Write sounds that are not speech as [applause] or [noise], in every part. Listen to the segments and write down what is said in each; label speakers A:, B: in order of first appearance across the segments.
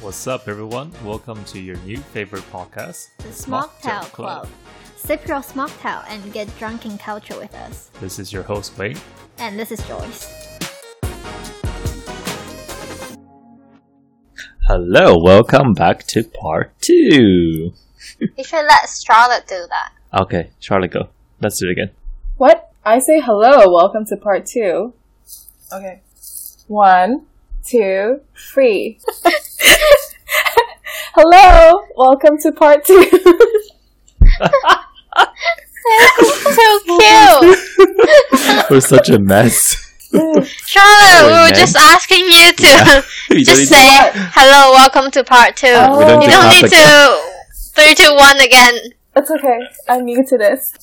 A: What's up, everyone? Welcome to your new favorite podcast,
B: The Smocktail Club. Sip your smocktail and get drunk in culture with us.
A: This is your host, Wayne.
B: And this is Joyce.
A: Hello, welcome back to part two.
B: You should let Charlotte do [laughs] that.
A: Okay, Charlie, go. Let's do it again.
B: [laughs]
C: What? I say hello. Welcome to part two. Okay. One, two, three. [laughs] hello. Welcome to part two. [laughs]
B: so cute!
A: We're such a mess. [laughs]
B: [laughs] Charlotte, we
A: Sorry,
B: were
A: man.
B: just asking you to
A: You don't need
B: [laughs] just
A: to-
B: say hello, welcome to part two.
C: Oh. We don't
B: you
C: do
B: don't
A: half
B: need
A: the- [laughs]
B: to three, two, one again.
C: it's okay. I'm new to this.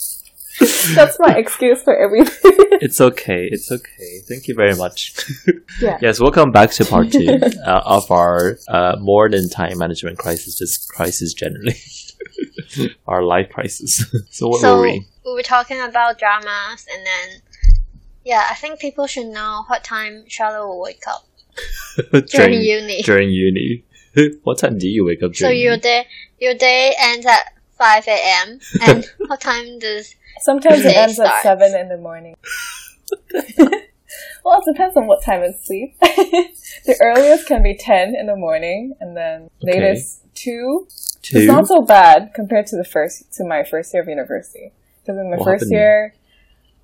C: That's my excuse for everything. [laughs]
A: It's okay. It's okay. Thank you very much. [laughs]
C: Yeah.
A: Yes, welcome back to part two
B: [laughs]
A: uh, of our uh, more than time management crisis, just crisis generally, [laughs] our life crisis. [laughs] so what
B: so
A: were we? [laughs]
B: we were talking about dramas, and then yeah, I think people should know what time Charlotte will wake up during uni. [laughs]
A: During uni. [laughs] what time do you wake up? During
B: so your
A: uni?
B: day your day ends at five a.m.
A: [laughs]
B: and what time does
C: Sometimes it
B: Day
C: ends at
B: starts.
C: seven in the morning. [laughs] well, it depends on what time I sleep. [laughs] the earliest can be ten in the morning, and then
A: Okay.
C: latest two. It's
A: two.
C: not so bad compared to the first to my first year of university. Because in my
A: What
C: first
A: happened?
C: year,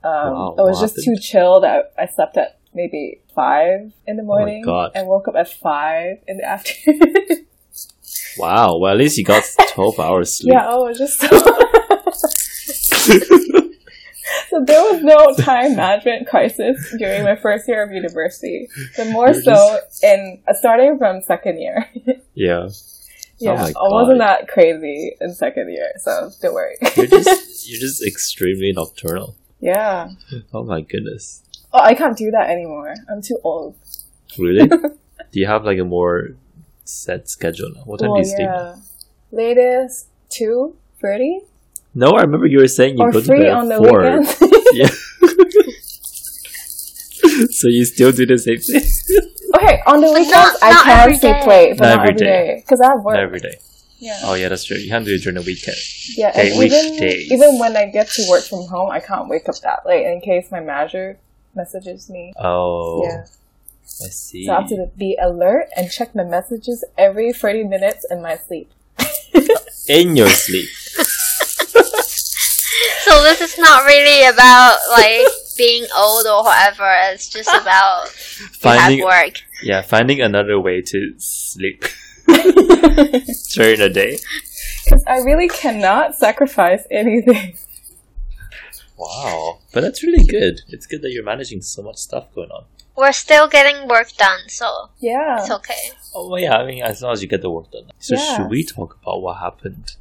C: um,
A: Wow,
C: it was
A: what
C: just too chill that I slept at maybe five in the morning
A: Oh God.
C: and woke up at five in the [laughs] afternoon.
A: Wow. Well, at least you
C: [laughs]
A: got twelve hours sleep.
C: yeah, oh, it was just so. [laughs] so there was no time management crisis during my first year of university, but more
A: You're
C: so in uh, starting from second year.
A: yeah.
C: yeah,
A: my
C: I wasn't
A: God.
C: that crazy in second year, so don't worry.
A: You're just you're just extremely nocturnal.
C: [laughs] yeah.
A: Oh my goodness.
C: Oh, I can't do that anymore. I'm too old. [laughs]
A: Really? do you have like a more set schedule now? What time do you sleep? now?
C: Latest two thirty
A: No, I remember you were saying you
C: or
A: go to bed
C: three
A: at
C: on the
A: four.
C: weekend.
A: [laughs]
C: [laughs]
A: yeah. so you still do the same thing
C: okay, on the
B: But
C: weekends
B: not-
C: I
B: not every
C: can sleep
B: day.
C: late, but
A: Not
C: not,
A: every
C: every
A: day.
C: day because I have work.
A: every day.
C: Yeah,
A: Oh yeah, that's true. You can't do it during the weekend.
C: yeah. And
A: Hey, which
C: even
A: days?
C: even when I get to work from home, I can't wake up that late in case my manager messages me.
A: Oh,
C: Yeah,
A: I see.
C: so I have to be alert and check my messages every thirty minutes in my sleep.
A: In your sleep.
B: so this is not really about
A: [laughs]
B: like being old or whatever it's just about
A: finding
B: you have work
A: yeah, finding another way to
C: [laughs]
A: sleep during the day.
C: Because I really cannot sacrifice [laughs] anything.
A: Wow. But that's really good. It's good that you're managing so much stuff going on.
B: we're still getting work done so
C: Yeah.
B: it's okay
A: Oh well, yeah, I mean as long as you get the work done. So
C: Yeah.
A: should we talk about what happened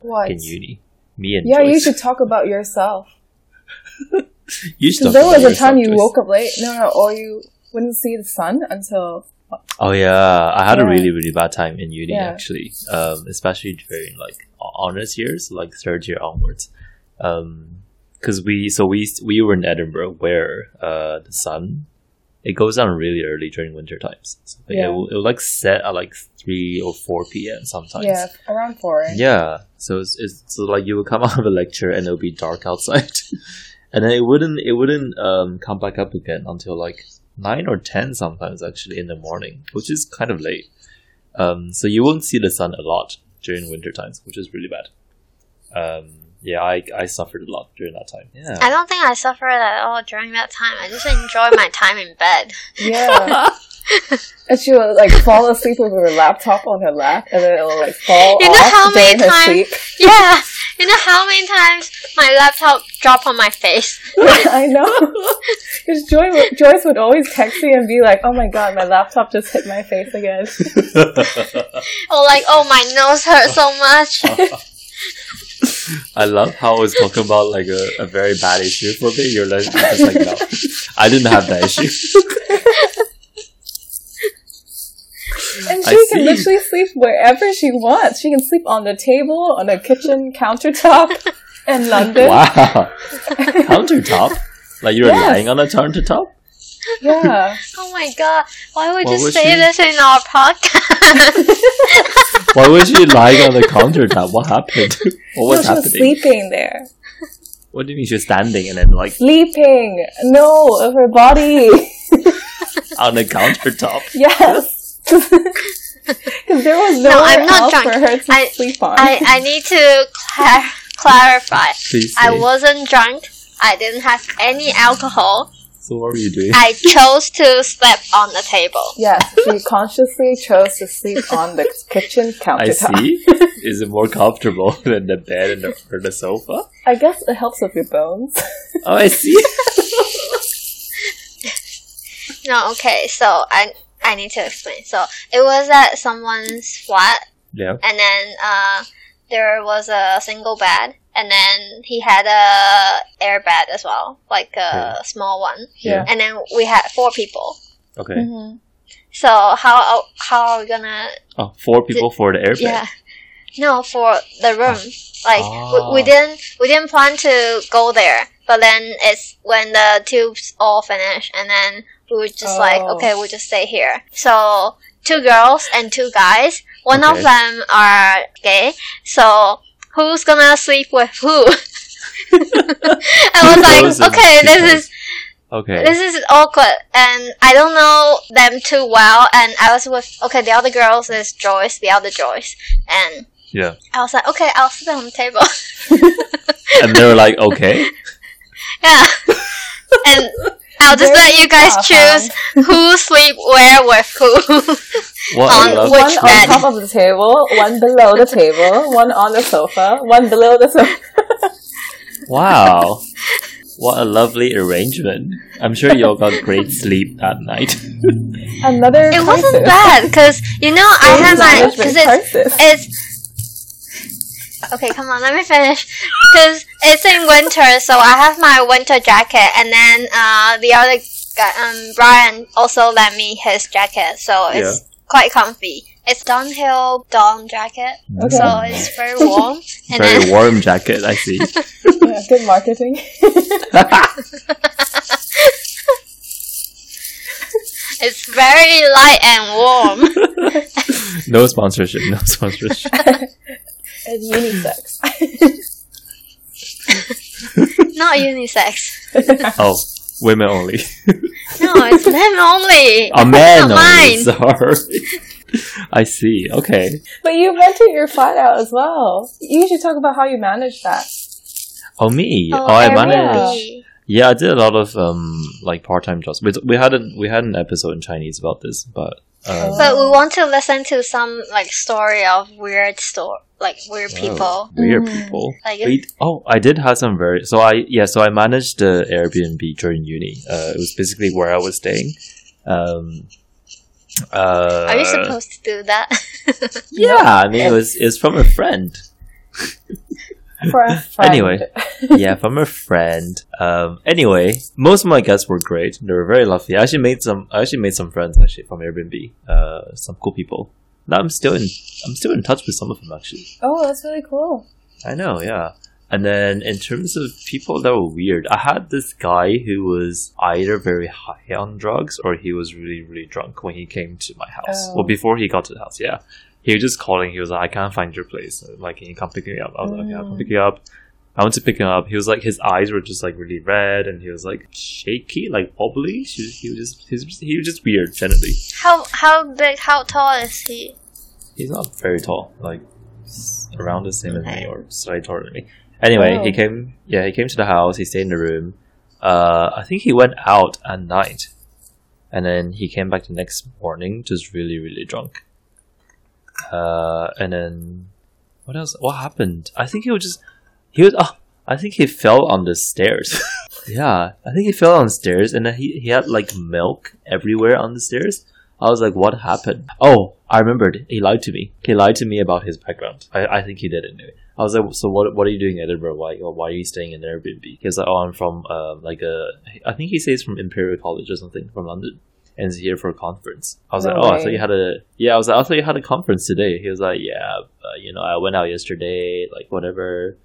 C: what?
A: in uni? Me and
C: Yeah, you
A: Joyce.
C: should talk about yourself.
A: You should
C: Because
A: talk
C: there
A: about
C: was a
A: yourself,
C: time you
A: Joyce.
C: woke up late. No, no, or you wouldn't see the sun until.
A: Oh yeah, I had a
C: Yeah.
A: really really bad time in uni
C: Yeah.
A: actually, um, especially during like ho- honors years, like third year onwards, because we so we we were in Edinburgh where uh, the sun it goes down really early during winter times. So like,
C: Yeah.
A: it, will, it will like set at like three or four p.m. sometimes.
C: Yeah, around four.
A: Yeah. So it's, it's so like you would come [laughs] out of a lecture and it'll be dark outside, [laughs] and then it wouldn't it wouldn't um come back up again until like nine or ten sometimes actually in the morning, which is kind of late. Um, so you won't see the sun a lot during winter times, which is really bad. Um, yeah, I I suffered a lot during that time. Yeah.
B: i don't think i suffered at all during that time i just enjoy my time in bed [laughs]
A: [laughs]
C: Yeah. and she would like fall asleep with her laptop on her lap, and then it would like fall
B: You know
C: off
B: how many
C: during her
B: times- [laughs]
C: sleep. [laughs]
B: yeah you know how many times my laptop dropped on my face
C: I know. [laughs] Because Joy, would- Joyce would always text me and be like, "Oh my god, my laptop just hit my face
A: [laughs]
C: again."
B: or like oh my nose hurts so much
A: [laughs] I love how I was talking about like a, a very bad issue for me. You're like, you're just like no, I didn't have that issue.
C: And
A: I
C: she can
A: see.
C: literally sleep wherever she wants. She can sleep on the table, on the kitchen countertop in London.
A: Wow. countertop? Like you were
C: Yes.
A: lying on a countertop?
C: Yeah.
B: Oh my god! Why would
A: Why
B: you
A: would
B: say
A: she-
B: this in our podcast?
A: Why was she lying on the countertop? What
B: [laughs]
A: happened? what was
C: no, she
A: happening?
C: was sleeping there.
A: What do you mean she was standing and then like
C: Sleeping. No, of her body.
B: [laughs]
A: on the countertop?
B: [laughs]
C: yes. Because there was
B: No,
C: nowhere
B: I'm not
C: else
B: drunk.
C: for her to
B: I-
C: sleep on. [laughs]
B: I I need to clar- clarify.
A: Please.
B: I
A: say.
B: wasn't drunk. I didn't have any alcohol.
A: So what were you doing?
B: I chose to sleep on the table.
C: yes,
B: [laughs]
C: she consciously chose to sleep on the kitchen countertop.
A: I see. Is it more comfortable [laughs] than the bed and the, or the sofa?
C: I guess it helps with your bones.
A: Oh, I see.
B: No, okay. So I I need to explain. So it was at someone's flat,
A: [laughs] Yeah.
B: and then uh, there was a single bed, and then he had a air bed as well, like a
A: Yeah.
B: small one.
C: Yeah.
B: And then we had four people.
A: Okay.
B: Mm-hmm. So how how are we gonna
A: Oh, four people for the airbag.
B: Yeah. No, for the room. Like we, we
A: Ah.
B: didn't we didn't plan to go there, but then it's when the tubes all finish, and then we were just like,
C: Oh.
B: okay, we'll just stay here. So two girls and two guys. One of
A: Okay.
B: them are gay, so who's gonna sleep with who? [laughs] I was
A: girls
B: like,
A: and
B: okay,
A: two
B: this
A: guys.
B: is
A: Okay.
B: this is awkward, and I don't know them too well. And I was with okay, the other girls is Joyce, the other Joyce, and
A: Yeah.
B: I was like, okay, I'll sit on the table. [laughs]
A: And they were like, okay.
B: yeah, and I'll just
C: Very
B: let you guys
C: profound.
B: choose who sleep where with who. [laughs]
A: What
B: Um,
A: a love
B: which
C: one
A: story.
C: on top of the table, one below the table, one on the sofa, one below the sofa.
B: [laughs]
A: Wow. What a lovely arrangement. I'm sure you all got great sleep that night.
C: Another.
B: it
C: crisis.
B: wasn't bad because you know I
C: It
B: have
C: was a
B: [laughs] my
C: management
B: because it's
C: crisis.
B: it's okay come on let me finish because it's in winter so i have my winter jacket and then uh, the other guy um, brian also lent me his jacket so it's quite comfy it's downhill dawn jacket
C: Okay.
B: so it's
A: [laughs]
B: very warm and
A: Very
B: then
A: warm jacket, I see.
C: Yeah, good marketing. [laughs]
B: it's very light and
A: [laughs]
B: warm
A: No sponsorship, no sponsorship.
C: it's unisex.
B: [laughs] not unisex
A: Oh, women only.
B: no it's men only
A: A man
B: not
A: only,
B: mine.
A: sorry. I see, okay.
C: but you rented your flat out as well. You should talk about how you managed that.
A: Oh, me.
B: Oh,
A: I
B: Airbnb.
A: managed. Yeah, I did a lot of um like part-time jobs. We, we had an we had an episode in Chinese about this, but um,
B: But we want to listen to some like story of weird store like weird
A: Wow,
B: people.
A: Weird
C: Mm.
A: people.
B: Like
A: We- oh, I did have some very. So I yeah. So I managed the Airbnb during uni. Uh, it was basically where I was staying. Um, uh,
B: are you supposed to do that? [laughs]
A: Yeah, I mean it was it's from a friend.
C: For a friend.
A: Anyway. yeah, from a friend. Um, anyway, most of my guests were great. They were very lovely. I actually made some. I actually made some friends actually from Airbnb. Uh, some cool people. Now I'm still in. I'm still in touch with some of them actually.
C: Oh, that's really cool.
A: I know, yeah. And then in terms of people that were weird, I had this guy who was either very high on drugs or he was really, really drunk when he came to my house.
C: Oh.
A: Well, before he got to the house, yeah. He was just calling. He was like, I can't find your place. Like, can you come pick me up? I was like, okay, I'll come
C: Mm.
A: pick you up. I went to pick him up. He was like, his eyes were just like really red and he was like shaky, like wobbly. He was, he was just, he was, he was just weird generally.
B: how how big how tall is he?
A: He's not very tall, like s- around the same as me or slightly taller than me. Anyway,
C: Oh.
A: he came. Yeah, he came to the house. He stayed in the room. Uh, I think he went out at night, and then he came back the next morning, just really, really drunk. Uh, and then what else? What happened? I think he was just he was. Oh, I think he fell on the stairs. [laughs] yeah, I think he fell on the stairs, and then he he had like milk everywhere on the stairs. I was like, what happened? Oh, I remembered. He lied to me. He lied to me about his background. I, I think he did it anyway. I was like, so what, what are you doing in Edinburgh? Why, or why are you staying in Airbnb? He was like, oh, I'm from, uh, like a, I think he says from Imperial College or something from London and is here for a conference. I was
C: No
A: like, oh, I
C: way.
A: thought you had a, yeah, I was like, I thought you had a conference today. He was like, yeah, uh, you know, I went out yesterday, like whatever.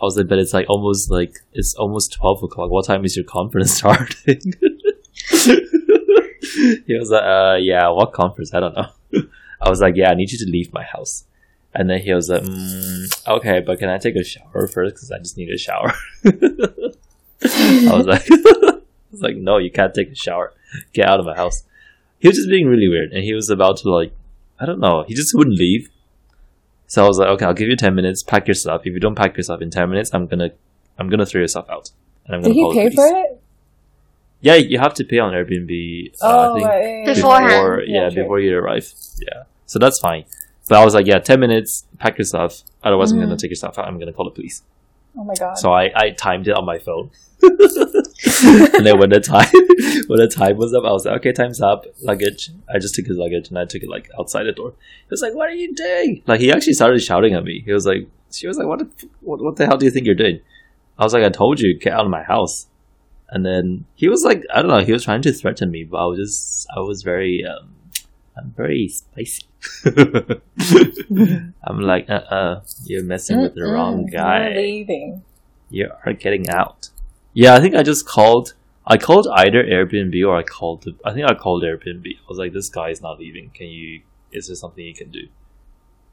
A: I was like, but it's like [laughs] almost like, it's almost 12 o'clock. What time is your conference starting? [laughs] he was like, uh, yeah, what conference? I don't know. [laughs] I was like, yeah, I need you to leave my house. And then he was like, mm, okay, but can I take a shower first? Because I just need a shower. [laughs] I was like, [laughs] I was like, no, you can't take a shower. Get out of my house. He was just being really weird, and he was about to like, I don't know, he just wouldn't leave. So I was like, okay, I'll give you ten minutes. Pack your stuff. If you don't pack your stuff in ten minutes, I'm gonna, I'm gonna throw yourself out. And I'm
C: Did he
A: call the
C: pay for
A: police.
C: it?
A: Yeah, you have to pay on Airbnb. Uh,
C: oh,
A: I think
C: right, yeah, yeah, yeah.
B: Beforehand.
A: before, yeah,
C: Yeah, true.
A: before you arrive. Yeah, so that's fine. But I was like, yeah, ten minutes. Pack your stuff. Otherwise, I'm gonna take your stuff out. I'm gonna call the police.
C: Oh my god.
A: So I, I timed it on my phone. and then when the time [laughs] when the time was up, I was like, okay, time's up. Luggage. I just took his luggage and I took it like outside the door. He was like, what are you doing? Like he actually started shouting at me. He was like, she was like, what the, what, what the hell do you think you're doing? I was like, I told you, get out of my house. And then he was like, I don't know, he was trying to threaten me, but I was just, I was very, um, I'm very spicy. [laughs] I'm like, uh, uh-uh, uh, you are messing with the wrong
C: Mm-mm,
A: guy
C: You're Mm, leaving.
A: you are getting out. Yeah, I think I just called. I called either Airbnb or I called. The, I think I called Airbnb. I was like, "This guy is not leaving. Can you? Is there something you can do?"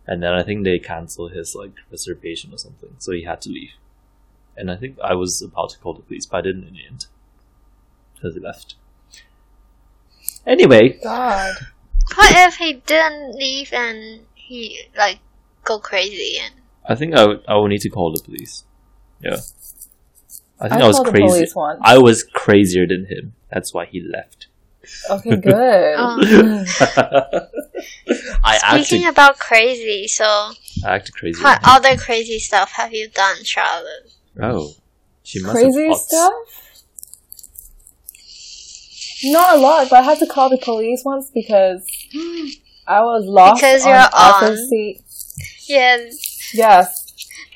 A: And then I think they canceled his like reservation or something, so he had to leave. And I think I was about to call the police, but I didn't in the end because he left. Anyway,
C: God.
B: What if he didn't leave and he like go crazy and
A: I think I would, I will need to call the police. Yeah, I think I,
C: I
A: was
C: called the
A: crazy.
C: police once.
A: I was crazier than him. That's why he left.
C: Okay,
B: [laughs]
C: good.
A: [laughs]
C: [laughs]
B: um,
A: I acted,
B: speaking about crazy, so
A: I acted crazy.
B: what other crazy stuff have you done, Charlotte?
A: Oh, she must
C: Crazy
A: have
C: stuff? Not a lot, but I had to call the police once
B: [gasps]
C: because I was lost
B: Because
C: on
B: you're
C: Apple
B: on.
C: seat.
B: Yeah,
C: Yes.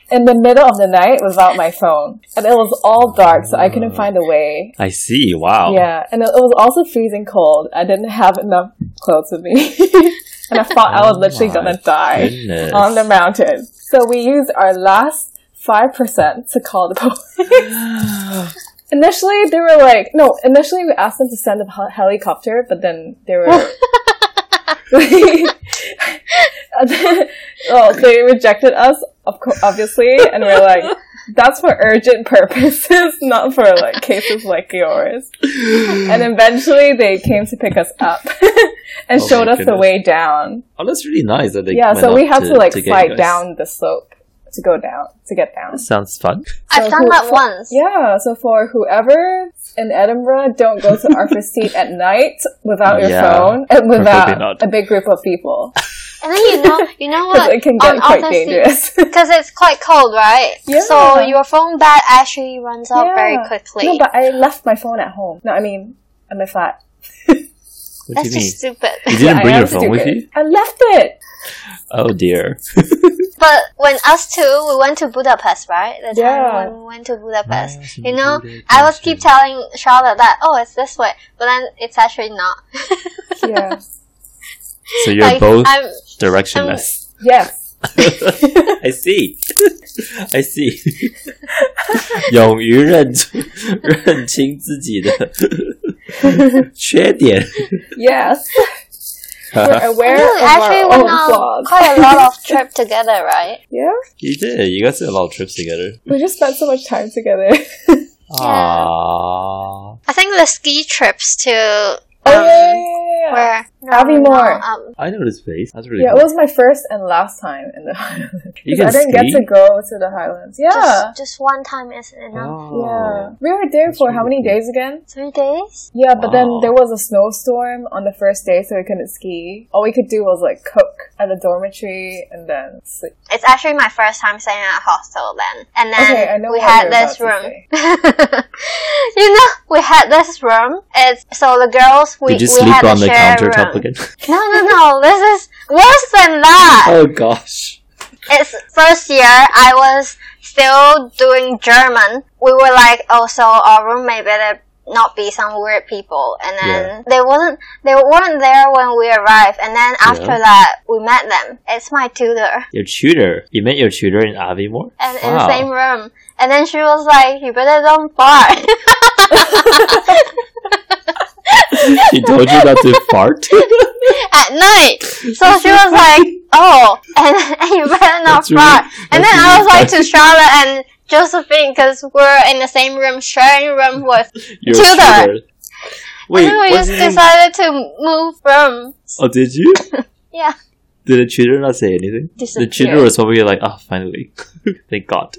C: In the middle of the night without my phone. And it was all dark, so I couldn't find a way.
A: I see. Wow.
C: Yeah. And it it was also freezing cold. I didn't have enough clothes with me. [laughs] and I thought I was
A: Oh
C: literally
A: my
C: gonna die
A: Goodness.
C: on the mountain. So we used our last 5% to call the police. Initially, they were like, no, initially we asked them to send a hel- helicopter, but then
A: [laughs]
C: they were. [laughs] And then- well, they rejected us, of co- obviously, and we're like, that's for urgent purposes, [laughs] not for like cases like yours. And eventually they came to pick us up [laughs] and
A: Oh
C: showed
A: my
C: us the
A: goodness.
C: way down.
A: [gasps] Oh, that's really nice that they.
C: yeah,
A: went
C: so we
A: up
C: had to, like
A: get you
C: slide
A: guys.
C: down the slope to go down, to get down.
A: Sounds fun.
B: I've done
C: who-
B: that once.
C: Yeah, so for whoever in Edinburgh, don't go
A: [laughs]
C: to Arthur's seat at night without your
A: Yeah,
C: phone and
A: preferably not.
C: without a big group of people. [laughs]
B: And then you know, you know
C: 'Cause
B: what?
C: it can get quite dangerous.
B: because it's quite cold, right?
C: Yeah.
B: So your phone bat actually runs out very
C: Yeah.
B: quickly.
C: [laughs] No, but I left my phone at home. No, I mean, at my flat.
A: What do
B: That's
A: you mean?
B: just stupid.
A: You didn't
C: I
A: bring
C: am
A: your phone with
C: stupid.
A: you?
C: I left it.
A: Oh dear.
B: [laughs] But when us two, we went to Budapest, right? The
C: Yeah.
B: time when we went to Budapest.
A: Nice,
B: you know,
A: Budapest,
B: I was keep
A: yeah.
B: telling Charlotte that, oh, it's this way, but then it's actually not.
C: Yeah.
A: [laughs] So you're both
B: I'm,
C: [laughs]
A: directionless.
C: yes.
A: [laughs] I see. [laughs] I see. [laughs] 勇于认认清自己的缺点。 [laughs]
C: Yes. We're aware
B: we
C: of
B: actually
C: our
B: went
C: own
B: on
C: flaws.
B: quite a
C: [laughs]
B: lot of trip together, right?
C: Yeah.
A: you did. You guys did a lot of trips together.
C: We just spent so much time
B: Um,
C: together.
A: Aww.
B: I think the ski trips to um,
C: [laughs] oh, yeah, yeah, yeah, yeah.
B: where
C: Abbey
B: no,
C: Moore.
B: um,
A: I know this place. That's really
C: Yeah, it
A: cool.
C: was my first and last time in the [laughs] Highlands.
A: You
C: 'Cause I didn't
A: ski?
C: get to go to the Highlands. Yeah.
B: just, just one time is enough.
A: Oh.
C: Yeah. We were there
A: That's
C: for
A: really
C: how many
A: cool.
C: days again?
B: Three days?
C: Yeah, but
A: Wow.
C: then there was a snowstorm on the first day, so we couldn't ski. All we could do was like cook at the dormitory and then sleep.
B: It's actually my first time staying at a hostel then. And then
C: Okay, I know
B: we
C: what
B: had
C: you're
B: this
C: about
B: room.
C: to
B: [laughs] you know, we had this room. It's so the girls we
A: Did you
B: we
A: sleep
B: had
A: on
B: a
A: the
B: shared
A: countertop
B: room.
A: again?
B: [laughs]
A: [laughs]
B: No, no, no. This is worse than that.
A: oh gosh.
B: It's first year. I was still doing German. We were like, oh, so our roommate better not be some weird people. And then they wasn't. They weren't there when we arrived. And then after
A: Yeah.
B: that, we met them. It's my tutor.
A: Your tutor. You met your tutor in Aviemore?
B: and in
A: Wow. [laughs]
B: the same room. And then she was like, "You better don't fart."
A: he told you not
B: [laughs]
A: to fart.
B: [laughs] at night. So she was like, "Oh, and, [laughs] and you
A: [laughs]
B: better not
A: That's really-
B: fart." and
A: that's
B: then I
A: really
B: was like to Charlotte and Josephine because we're in the same room, sharing room with.
A: You're
B: Tudor.
A: scared. [laughs] Wait,
B: and then we
A: what's
B: just
A: his name?
B: decided to move from.
A: Oh, did you?
B: [laughs] Yeah.
A: Did the tutor not say anything? The tutor
B: Disappeared.
A: was probably like, ah, finally. [laughs] Thank God.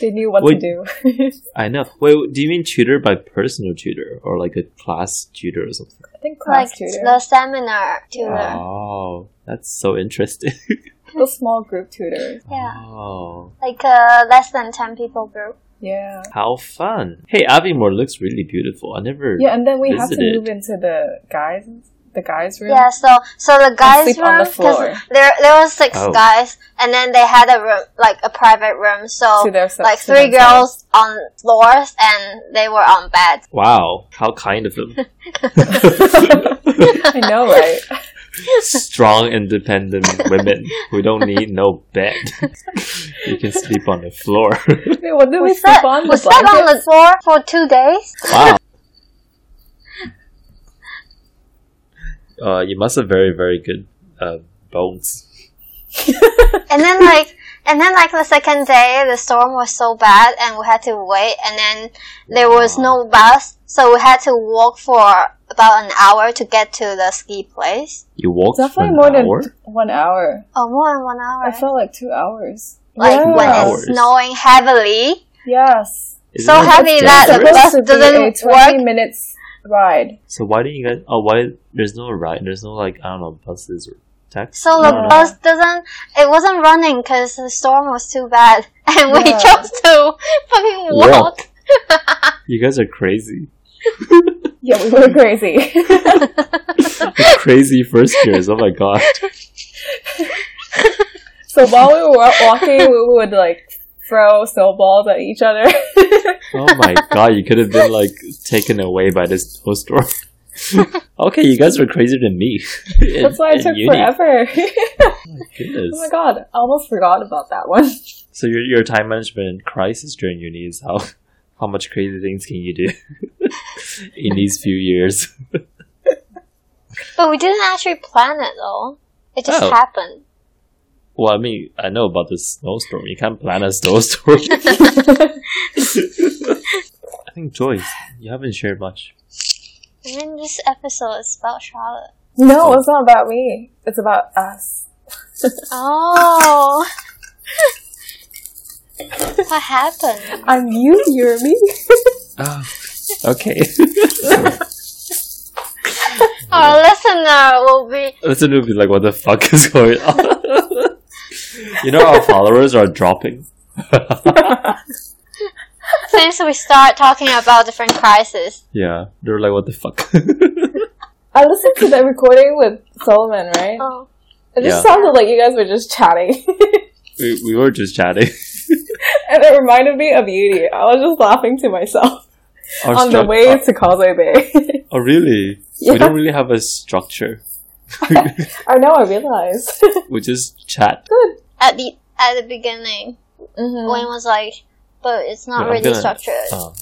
C: They knew what
A: Wait.
C: to do. [laughs]
A: I know. Wait, do you mean tutor by personal tutor or like a class tutor or something?
C: I think class
B: Like
C: tutor.
B: the seminar tutor.
A: Oh, that's so interesting. [laughs]
C: the small group tutor.
B: Yeah.
A: Oh,
B: Like a less than ten people group.
C: Yeah.
A: how fun. Hey, Aviemore looks really beautiful. I never.
C: Yeah, and then we have to
A: Visited.
C: move into the guys the guys room.
B: Yeah. So so the guys
C: sleep on
B: room
C: the
B: because
C: floor.
B: there there was six
A: Oh.
B: guys and then they had a room like a private room. So
C: To their se-
B: like
C: to
B: three
C: themselves.
B: girls on floors and they were on beds.
A: Wow, how kind of them.
C: [laughs] I know,
B: [laughs]
C: right?
A: [laughs] Strong, independent women who don't need no bed. [laughs] you can sleep on the floor. [laughs]
C: Wait, what did
B: We
C: we, sleep
B: slept,
C: on?
B: we
C: The
B: slept on
C: blanket?
B: the floor for two days.
A: Wow. Uh, you must have very, very good uh, bones.
B: And
C: [laughs]
B: then like and then like the second day the storm was so bad and we had to wait and then there was no bus so we had to walk for about an hour to get to the ski place.
A: You walked
C: [laughs] Definitely
A: for
C: more
A: an
C: than
A: hour?
C: one hour.
B: Oh more than one hour.
C: I felt like two hours.
B: like
C: yes.
B: when
A: Wow.
B: it's snowing heavily.
C: Yes.
A: Isn't
B: So
A: that
B: happy that
A: dangerous?
B: the bus
C: Supposed to be a
B: doesn't
C: twenty
B: work.
C: minutes ride.
A: So why didn't you guys? Oh, why there's no ride? There's no like I don't know buses or taxis.
B: So the
C: Yeah.
B: bus doesn't, it wasn't running because the storm was too bad. [laughs] And we
C: Yeah.
B: chose to fucking walk.
A: Walk.
C: [laughs]
A: You guys are crazy.
C: Yeah, we were crazy. [laughs]
A: You're crazy first years. Oh my god.
C: so while we were walking, we would like throw snowballs at each other. [laughs]
A: Oh my god. You could have been like taken away by this snowstorm. [laughs] okay, you guys were crazier than me. [laughs] In-
C: That's why it
A: in
C: took
A: uni.
C: forever. [laughs] oh
A: Oh my [laughs] goodness.
C: my god, I almost forgot about that one.
A: So your your time management crisis during uni is how [laughs] how much crazy things can you do [laughs] in these few years?
B: But we didn't actually plan it though. It just
A: Oh.
B: happened.
A: Well, I mean, I know about the snowstorm. You can't plan a snowstorm. I think Joyce, you haven't shared much.
B: I mean, this episode is about Charlotte.
C: No, it's not about me. It's about us.
B: Oh. [laughs] what happened?
C: I'm you, you're me.
A: Oh, okay. [laughs]
B: Our listener will be,
A: That's a be like, what the fuck is going on? [laughs] you know, our followers are dropping. [laughs]
B: since we start talking about different crises.
A: yeah, they're like, what the fuck? [laughs]
C: I listened to the recording with Solomon, right?
B: Oh.
C: It
A: Yeah.
C: just sounded like you guys were just chatting. [laughs]
A: we, we were just chatting.
C: and it reminded me of Yuri. I was just laughing to myself
A: Our
C: on the
A: stru-
C: way
A: uh,
C: to Causeway Bay. [laughs]
A: Oh, really?
C: Yeah.
A: We don't really have a structure. [laughs]
C: I know, I realized. [laughs]
A: we just chat.
B: At the, at the beginning,
C: Mhm.
B: Wayne was like, but it's not
A: Yeah, I'm
B: really
A: gonna-
B: structured.
A: Oh.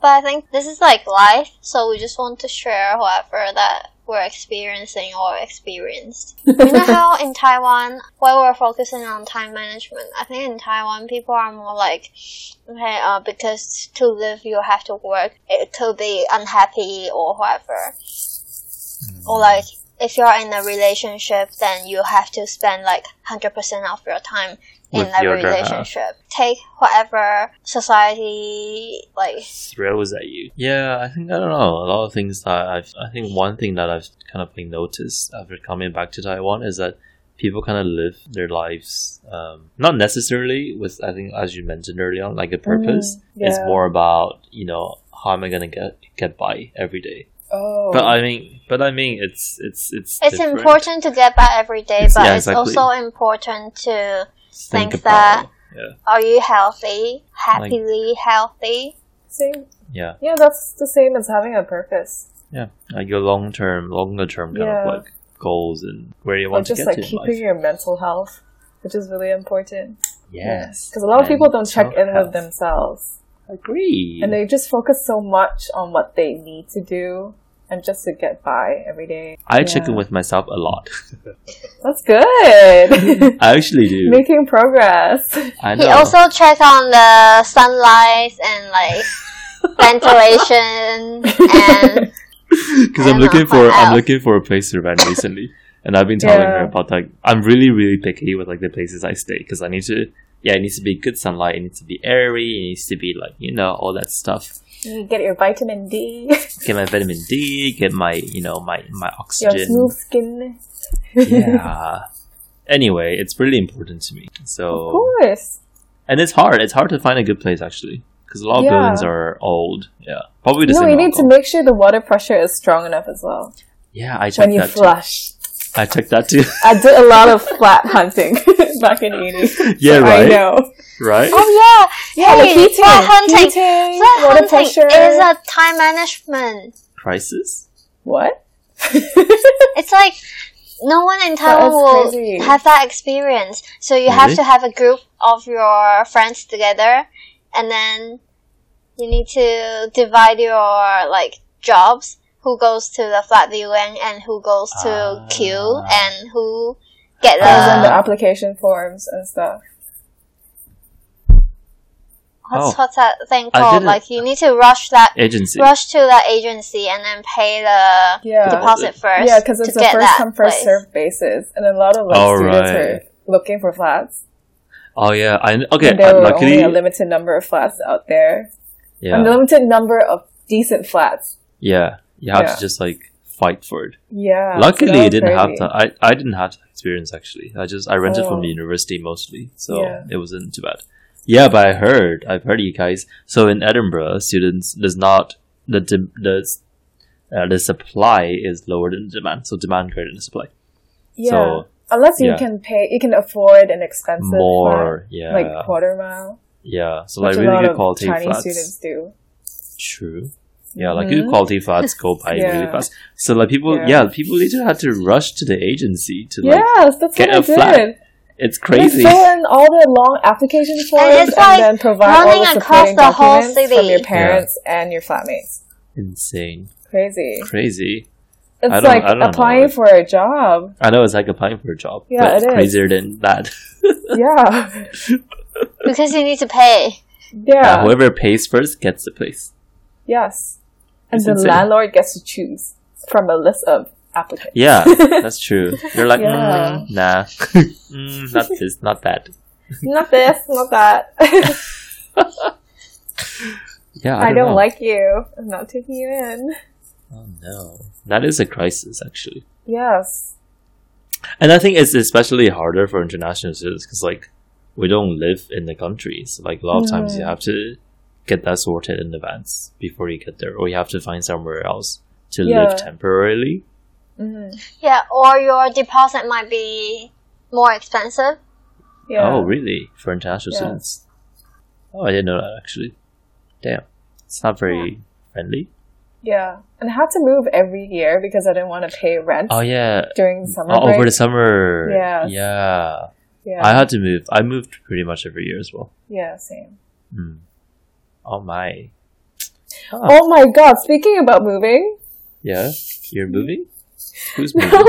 B: But I think this is like life, so we just want to share whatever that we're experiencing or experienced. you know how in Taiwan, while we're focusing on time management, I think in Taiwan people are more like, okay, uh, because to live you have to work. It could be unhappy or whatever. Or like, if you're in a relationship, then you have to spend like 100% of your time in
A: With
B: that
A: your other half.
B: relationship. Take whatever society, like,
A: throws at you. Yeah, I think I don't know. A lot of things that I've I think one thing that I've kind of like noticed after coming back to Taiwan is that people kind of live their lives um, not necessarily with I think as you mentioned earlier on like a purpose. It's
C: Mm-hmm. yeah.
A: more about you know how am I gonna get get by every day.
C: Oh.
A: But I mean, but I mean, it's it's it's
B: It's
A: different.
B: important to get by every day,
A: It's-
B: but
A: yeah,
B: it's
A: exactly.
B: also important to
A: Think
B: think
A: about
B: that-
A: it. yeah
B: are you healthy, happily healthy?
C: same.
A: yeah
C: Yeah, that's the same as having a purpose.
A: yeah like your long term longer term kind
C: Yeah.
A: of like goals and where you
C: Or
A: want to
C: just
A: get
C: like
A: to in
C: keeping
A: life.
C: your mental health, which is really important.
A: Yes,
C: Because a lot of people don't check
A: mental
C: in with
A: health.
C: themselves.
A: Agree.
C: And they just focus so much on what they need to do and just to get by every day.
A: I
C: Yeah.
A: check in with myself a lot. [laughs]
C: That's good.
A: I actually do.
C: [laughs] Making progress.
A: I know.
B: He
A: [laughs]
B: also checked on the sunlight and like
A: [laughs]
B: ventilation and
A: because I'm
B: I don't
A: looking
B: know,
A: for
B: what
A: I'm
B: else?
A: looking for a place to rent
C: [laughs]
A: recently, and I've been telling her
C: Yeah.
A: about like I'm really really picky with like the places I stay because I need to yeah it needs to be good sunlight, it needs to be airy, it needs to be like you know all that stuff.
C: You get your vitamin D,
A: Get my vitamin D, get my you know my my
C: your
A: oxygen.
C: smooth skin.
A: yeah. Anyway, it's really important to me.
C: Of
A: So
C: course.
A: and it's hard. It's hard to find a good place actually because a lot of
C: Yeah.
A: buildings are old. Yeah, probably the
C: No,
A: same.
C: you need to
A: uncle.
C: make sure the water pressure is strong enough as well
A: yeah, I checked
C: when you
A: that. Too.
C: flush.
A: I checked that too. [laughs]
C: I did a lot of flat hunting [laughs] back in uni.
A: yeah,
C: [laughs] I
A: right.
C: know.
A: Right.
B: oh yeah,
C: Yeah, the
B: hey,
C: heating,
B: flat hunting.
C: heating,
B: Flat
C: water
B: hunting
C: pressure.
B: is a time management.
A: Crisis.
C: what?
B: It's like no one in Taiwan
C: is
B: will
C: crazy.
B: have that experience. So you have
A: Really?
B: to have a group of your friends together, and then you need to divide your like jobs. Who goes to the flat viewing and who goes to queue
A: Ah.
B: and who get
C: As in the
B: the
C: application forms and stuff.
B: what's,
A: Oh.
B: what's that thing
A: I
B: called?
A: didn't-
B: Like you need to rush that
A: agency.
B: rush to that agency and then pay the
C: Yeah.
B: deposit first.
C: Yeah, because
B: to
C: it's a
B: get
C: first
B: that
C: come first
B: place.
C: served basis, and a lot of like
A: All
C: students
A: right.
C: are looking for flats.
A: Oh yeah, I okay.
C: and there
A: uh,
C: were
A: luckily,
C: only a limited number of flats out there,
A: yeah,
C: a limited number of decent flats.
A: yeah, you have
C: Yeah.
A: to just like fight for it.
C: Yeah. so
A: luckily,
C: that
A: I
C: was
A: didn't have
C: crazy.
A: that. I I didn't have that experience actually. I just I rented from
C: Oh.
A: the university mostly, so
C: Yeah.
A: it wasn't too bad. Yeah, but I heard I've heard you guys. So in Edinburgh, students does not the de- the uh, the supply is lower than demand, so demand greater than supply.
C: Yeah.
A: So
C: Unless you
A: yeah.
C: can pay, you can afford an expensive
A: more, yeah,
C: flat, like quarter mile,
A: yeah. So
C: which
A: like
C: a lot
A: really good
C: of
A: quality
C: Chinese
A: flats.
C: students do.
A: True. Yeah, like good
C: Mhm.
A: quality flats go
C: [laughs]
A: by really
C: Yeah.
A: fast. So like people, yeah.
C: Yeah.
A: people literally had to rush to the agency to like.
C: yes, that's
A: get
C: what I
A: a flat.
C: did.
A: It's
C: They
A: crazy.
C: fill in all the long application forms and,
B: it's like
C: then provide all
B: running
C: the
B: across
C: supporting
B: the whole
C: documents from
B: city.
C: your parents and your flatmates.
A: Insane,
C: Crazy.
A: crazy.
C: It's
A: don't-
C: like
A: I don't know,
C: applying
A: like-
C: for a job. [laughs]
A: I know it's like applying for a job.
C: Yeah,
A: but
C: it is.
A: crazier than that.
C: Yeah.
B: because you need to pay.
A: Yeah,
C: Yeah.
A: Uh, whoever pays first gets the place.
C: yes. And
A: It's
C: the
A: insane.
C: landlord gets to choose from a list of applicants. [laughs]
A: Yeah, that's true. You're like,
C: Yeah.
A: mm, [laughs] nah, mm, not this, not that.
C: not this, not that. [laughs] I,
A: Yeah, I,
C: don't,
A: know.
C: like you. I'm not taking you in.
A: Oh no, that is a crisis actually.
C: Yes.
A: And I think it's especially harder for international students because, like, we don't live in the country. So, like, a lot of times you have to get that sorted in advance before you get there, or you have to find somewhere else to
C: Yeah.
A: live temporarily.
C: Mhm.
B: Yeah, or your deposit might be more expensive.
C: Yeah.
A: Oh, really? For international
C: Yeah.
A: students? Oh, I didn't know that actually. Damn. It's not very friendly.
C: Yeah. And I had to move every year because I didn't want to pay rent
A: Oh, yeah.
C: during summer
A: Oh,
C: break.
A: over the summer.
C: Yes.
A: Yeah.
C: yeah.
A: I had to move. I moved pretty much every year as well.
C: yeah, same.
A: Hmm. Oh, my. Ah.
C: Oh my god, speaking about moving.
A: Yeah, you're moving.
C: [laughs]
A: Who's moving?
C: No. [laughs]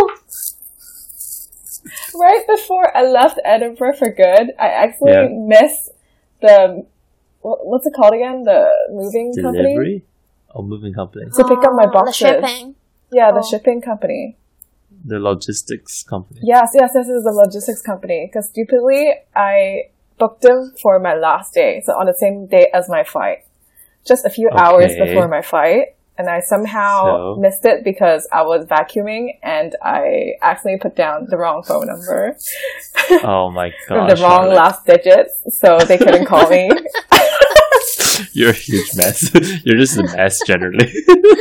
C: right before I left Edinburgh for good, I actually
A: Yeah.
C: missed the wha- what's it called again? The moving company?
A: Delivery or moving company?
C: To pick up my
B: Oh, The
C: boxes.
B: shipping.
C: Yeah, the
B: Oh.
C: shipping company.
A: The logistics company.
C: Yes, yes, this is the logistics company. Because stupidly, I booked them for my last day, so on the same day as my flight, just a few hours
A: Okay.
C: before my flight, and I somehow
A: So?
C: missed it because I was vacuuming and I accidentally put down the wrong phone number,
A: Oh my
C: or
A: god!
C: [laughs] the wrong last digits, so they couldn't call
A: [laughs]
C: me. [laughs]
A: You're a huge mess. [laughs] you're just a mess
C: [laughs]
A: generally. [laughs]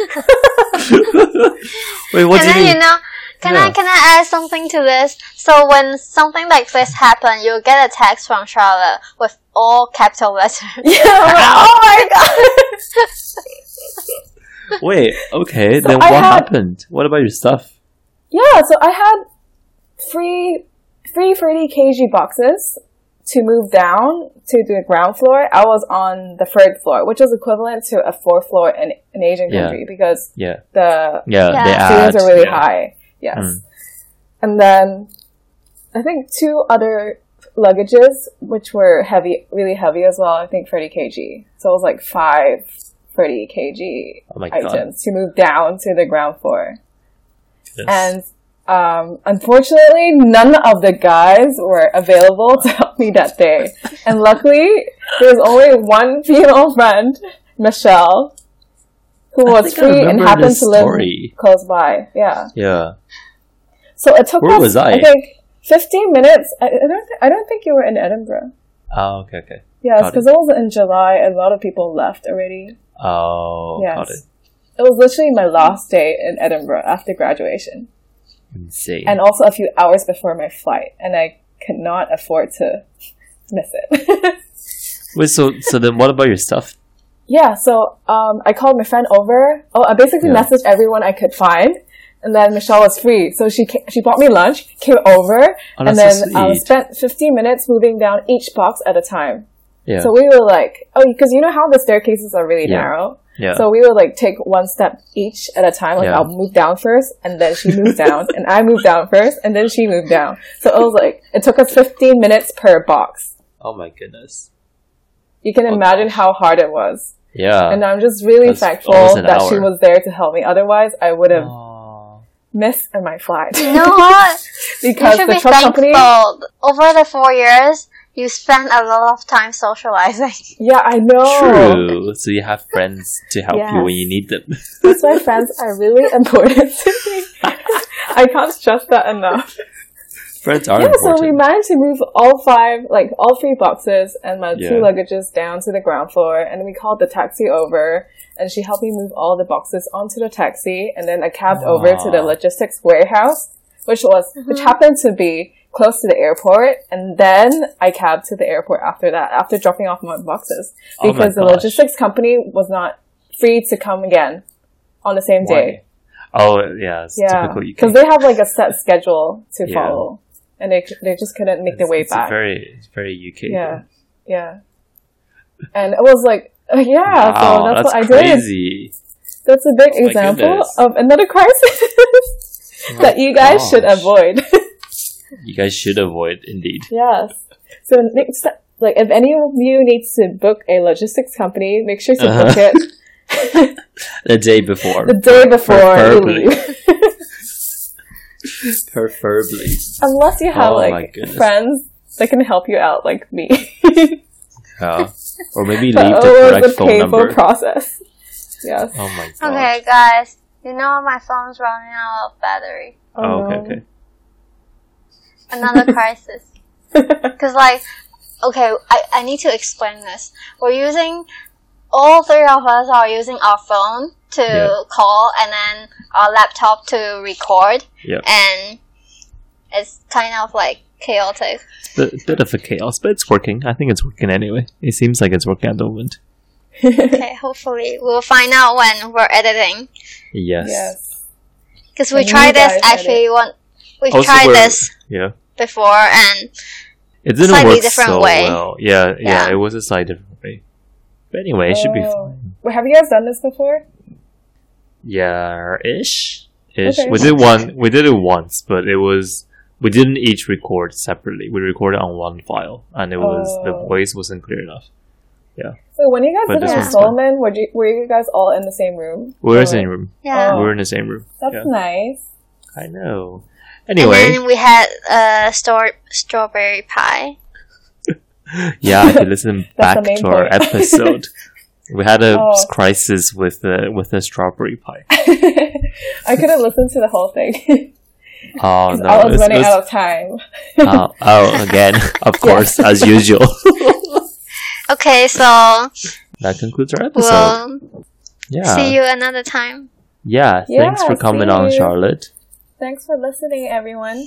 A: Wait, what
B: and
A: do you
B: then you
A: mean?
B: know, can I
A: Yeah.
B: can I add something to this? So when something like this happen, you'll get a text from Charlotte with all capital letters. [laughs]
C: yeah, I'm like, oh
A: [laughs]
C: my god!
A: Wait, okay.
C: So
A: then
C: I
A: what
C: had-
A: happened? What about your stuff?
C: yeah, so I had free, free 30 kg boxes to move down to the ground floor, I was on the third floor, which is equivalent to a fourth floor in an Asian
A: Yeah.
C: country because
A: Yeah,
C: the
A: yeah,
B: Yeah.
A: they add.
C: ceilings are really
A: yeah.
C: high. Yes.
A: Mm.
C: And then I think two other luggages, which were heavy, really heavy as well, I think 30 kg. So it was like five 30 kg
A: Oh my god.
C: items to move down to the ground floor.
A: Goodness.
C: And um, unfortunately, none of the guys were available [laughs] to help me that day. And luckily, there was only one female friend, Michelle, who
A: I
C: was
A: think I
C: free and
A: remember
C: happened
A: this
C: to live
A: story.
C: close by. Yeah.
A: yeah,
C: So it took
A: Where
C: us,
A: was I?
C: think, 15 minutes. I, I don't, th- I don't think you were in Edinburgh.
A: oh, okay, okay.
C: Yes,
A: Got it.
C: because it was in July and a lot of people left already.
A: Oh,
C: Yes.
A: got it.
C: It was literally my last day in Edinburgh after graduation.
A: Insane.
C: and also a few hours before my flight, and I could not afford to [laughs] miss it. [laughs]
A: Wait, so so then what about your stuff?
C: yeah, so um, I called my friend over. Oh, I basically
A: Yeah.
C: messaged everyone I could find, and then Michelle was free, so she ca- she bought me lunch, came over,
A: Oh,
C: and then
A: that's so
C: um,
A: sweet.
C: spent fifteen minutes moving down each box at a time.
A: Yeah,
C: So we were like, oh, because you know how the staircases are really
A: Yeah.
C: narrow.
A: yeah.
C: So we would like take one step each at a time. Like
A: Yeah.
C: I'll move down first, and then she moves down, [laughs] and I move down first, and then she moved down. So it was like it took us 15 minutes per box.
A: oh my goodness.
C: You can
A: Oh,
C: imagine
A: gosh.
C: how hard it was.
A: Yeah.
C: and I'm just really
A: that's almost
C: thankful
A: an
C: that she
A: hour.
C: was there to help me. Otherwise, I would have
A: Aw.
C: missed my flight
B: Oh. You
C: [laughs]
B: know what? You
C: because
B: should
C: the
B: be
C: truck company.
B: thankful. Over the four years, you spent a lot of time socializing. [laughs]
C: Yeah, I know.
A: True. So you have friends to help you when
C: Oh. Yes.
A: you need them. [laughs]
C: That's why friends are really [laughs] important to me. [laughs] I can't stress that enough.
A: friends are
C: yeah, so we
A: important.
C: managed to move all five, like all three boxes and my two
A: Yeah.
C: luggages down to the ground floor, and we called the taxi over, and she helped me move all the boxes onto the taxi, and then I cabbed over to the
A: Aw.
C: logistics warehouse, which was which happened to be close to the airport, and then I cabbed to the airport after that, after dropping off my boxes
A: Oh my
C: because the
A: gosh.
C: logistics company was not free to come again on the same day.
A: Why? Oh yeah, it's
C: Yeah,
A: typical UK.
C: because they have like a set schedule to
A: Yeah.
C: follow, and they they just couldn't make their
A: It's-
C: way
A: it's a
C: back.
A: very, it's very UK.
C: yeah, yeah, and it was like, [laughs] yeah.
A: Wow,
C: so that's,
A: that's,
C: what I did.
A: crazy.
C: That's a big
A: my
C: example
A: goodness.
C: of another [laughs] crisis
A: Oh
C: that you guys should
A: gosh.
C: avoid. [laughs]
A: You guys should avoid, indeed.
C: yes. So next, ti- like, if any of you needs to book a logistics company, make sure to
A: [laughs]
C: book
A: Uh-huh.
C: it
A: The day before,
C: the day before you
A: Preferably.
C: leave, [laughs]
A: preferably.
C: unless you have
A: Oh my
C: like
A: goodness.
C: friends that can help you out, like me. [laughs]
A: Yeah. Oh. Or maybe leave
C: But
A: the
C: Oh, it was
A: correct
C: a
A: phone
C: painful
A: number. [laughs]
C: process. Yes.
A: oh my god.
B: Okay, guys. You know my phone's running out of battery.
A: Oh,
C: Um,
A: okay, okay. [laughs]
B: Another crisis.
C: okay.
B: Because, like, okay, I, I need to explain this. We're using, all three of us are using our phone to
A: Yeah.
B: call and then our laptop to record.
A: Yeah.
B: And it's kind of like
A: [laughs]
B: chaotic.
A: Bit, bit of a chaos, but it's working. I think it's working anyway. It seems like it's working at the moment.
B: Okay, hopefully we'll find out when we're editing.
A: Yes.
C: [laughs] yes.
B: Because we
C: And you
B: tried this
C: guys
B: actually one, we've
A: Also,
B: tried
A: we're-
B: this
A: Yeah.
B: before and
A: It didn't
B: Slightly
A: work
B: different
A: so
B: way.
A: well. Yeah, yeah,
B: Yeah.
A: It was a slightly different way. But anyway, it should be
C: Oh.
A: fine.
C: Wait, have you guys done this before?
A: Yeah, ish, ish.
C: Okay.
A: We did one. We did it once, but it was we didn't each record separately. We recorded on one file, and it was the
C: Oh.
A: voice wasn't clear enough.
C: Wait, when you guys
A: But
C: did
B: this
C: it in
B: was
A: fun.
C: Solomon, were you, were you guys all in the same room?
A: We were in
C: Oh,
A: the same room.
B: yeah.
A: We were in the same room.
C: That's
A: Yeah.
C: nice.
A: I know.
B: And
A: Anyway,
B: then we had uh, stor- strawberry pie.
A: yeah, if you listen
C: [laughs] That's the
A: back
C: main
A: to our
C: point.
A: episode,
C: [laughs]
A: we had a
C: Oh.
A: crisis with the with the strawberry
C: [laughs]
A: pie.
C: I couldn't listen to the whole thing. [laughs]
A: Oh no!
C: I
A: it
C: was
A: was- it
C: running
A: was-
C: out of time.
A: oh,
C: [laughs]
A: oh, again, of course, as usual. [laughs]
B: Okay, so
A: that concludes our episode.
B: we'll
A: yeah.
B: see you another time.
A: Yeah. Thanks
C: Yeah,
A: for coming
C: see
A: on,
C: you.
A: Charlotte.
C: Thanks for listening, everyone.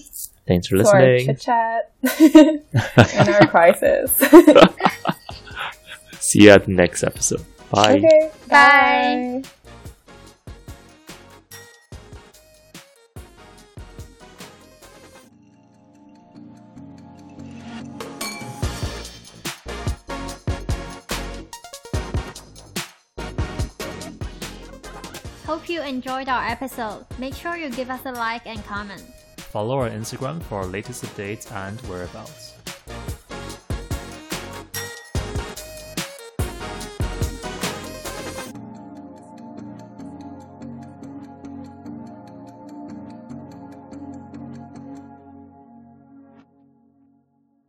A: Thanks for
C: To our
A: listening.
C: chit
A: [laughs]
C: chat [laughs] and our crisis. [laughs] okay.
A: see you at the next episode. Bye.
B: Bye. Hope you enjoyed our episode. Make sure you give us a like and comment.
A: Follow our Instagram for our latest updates and whereabouts.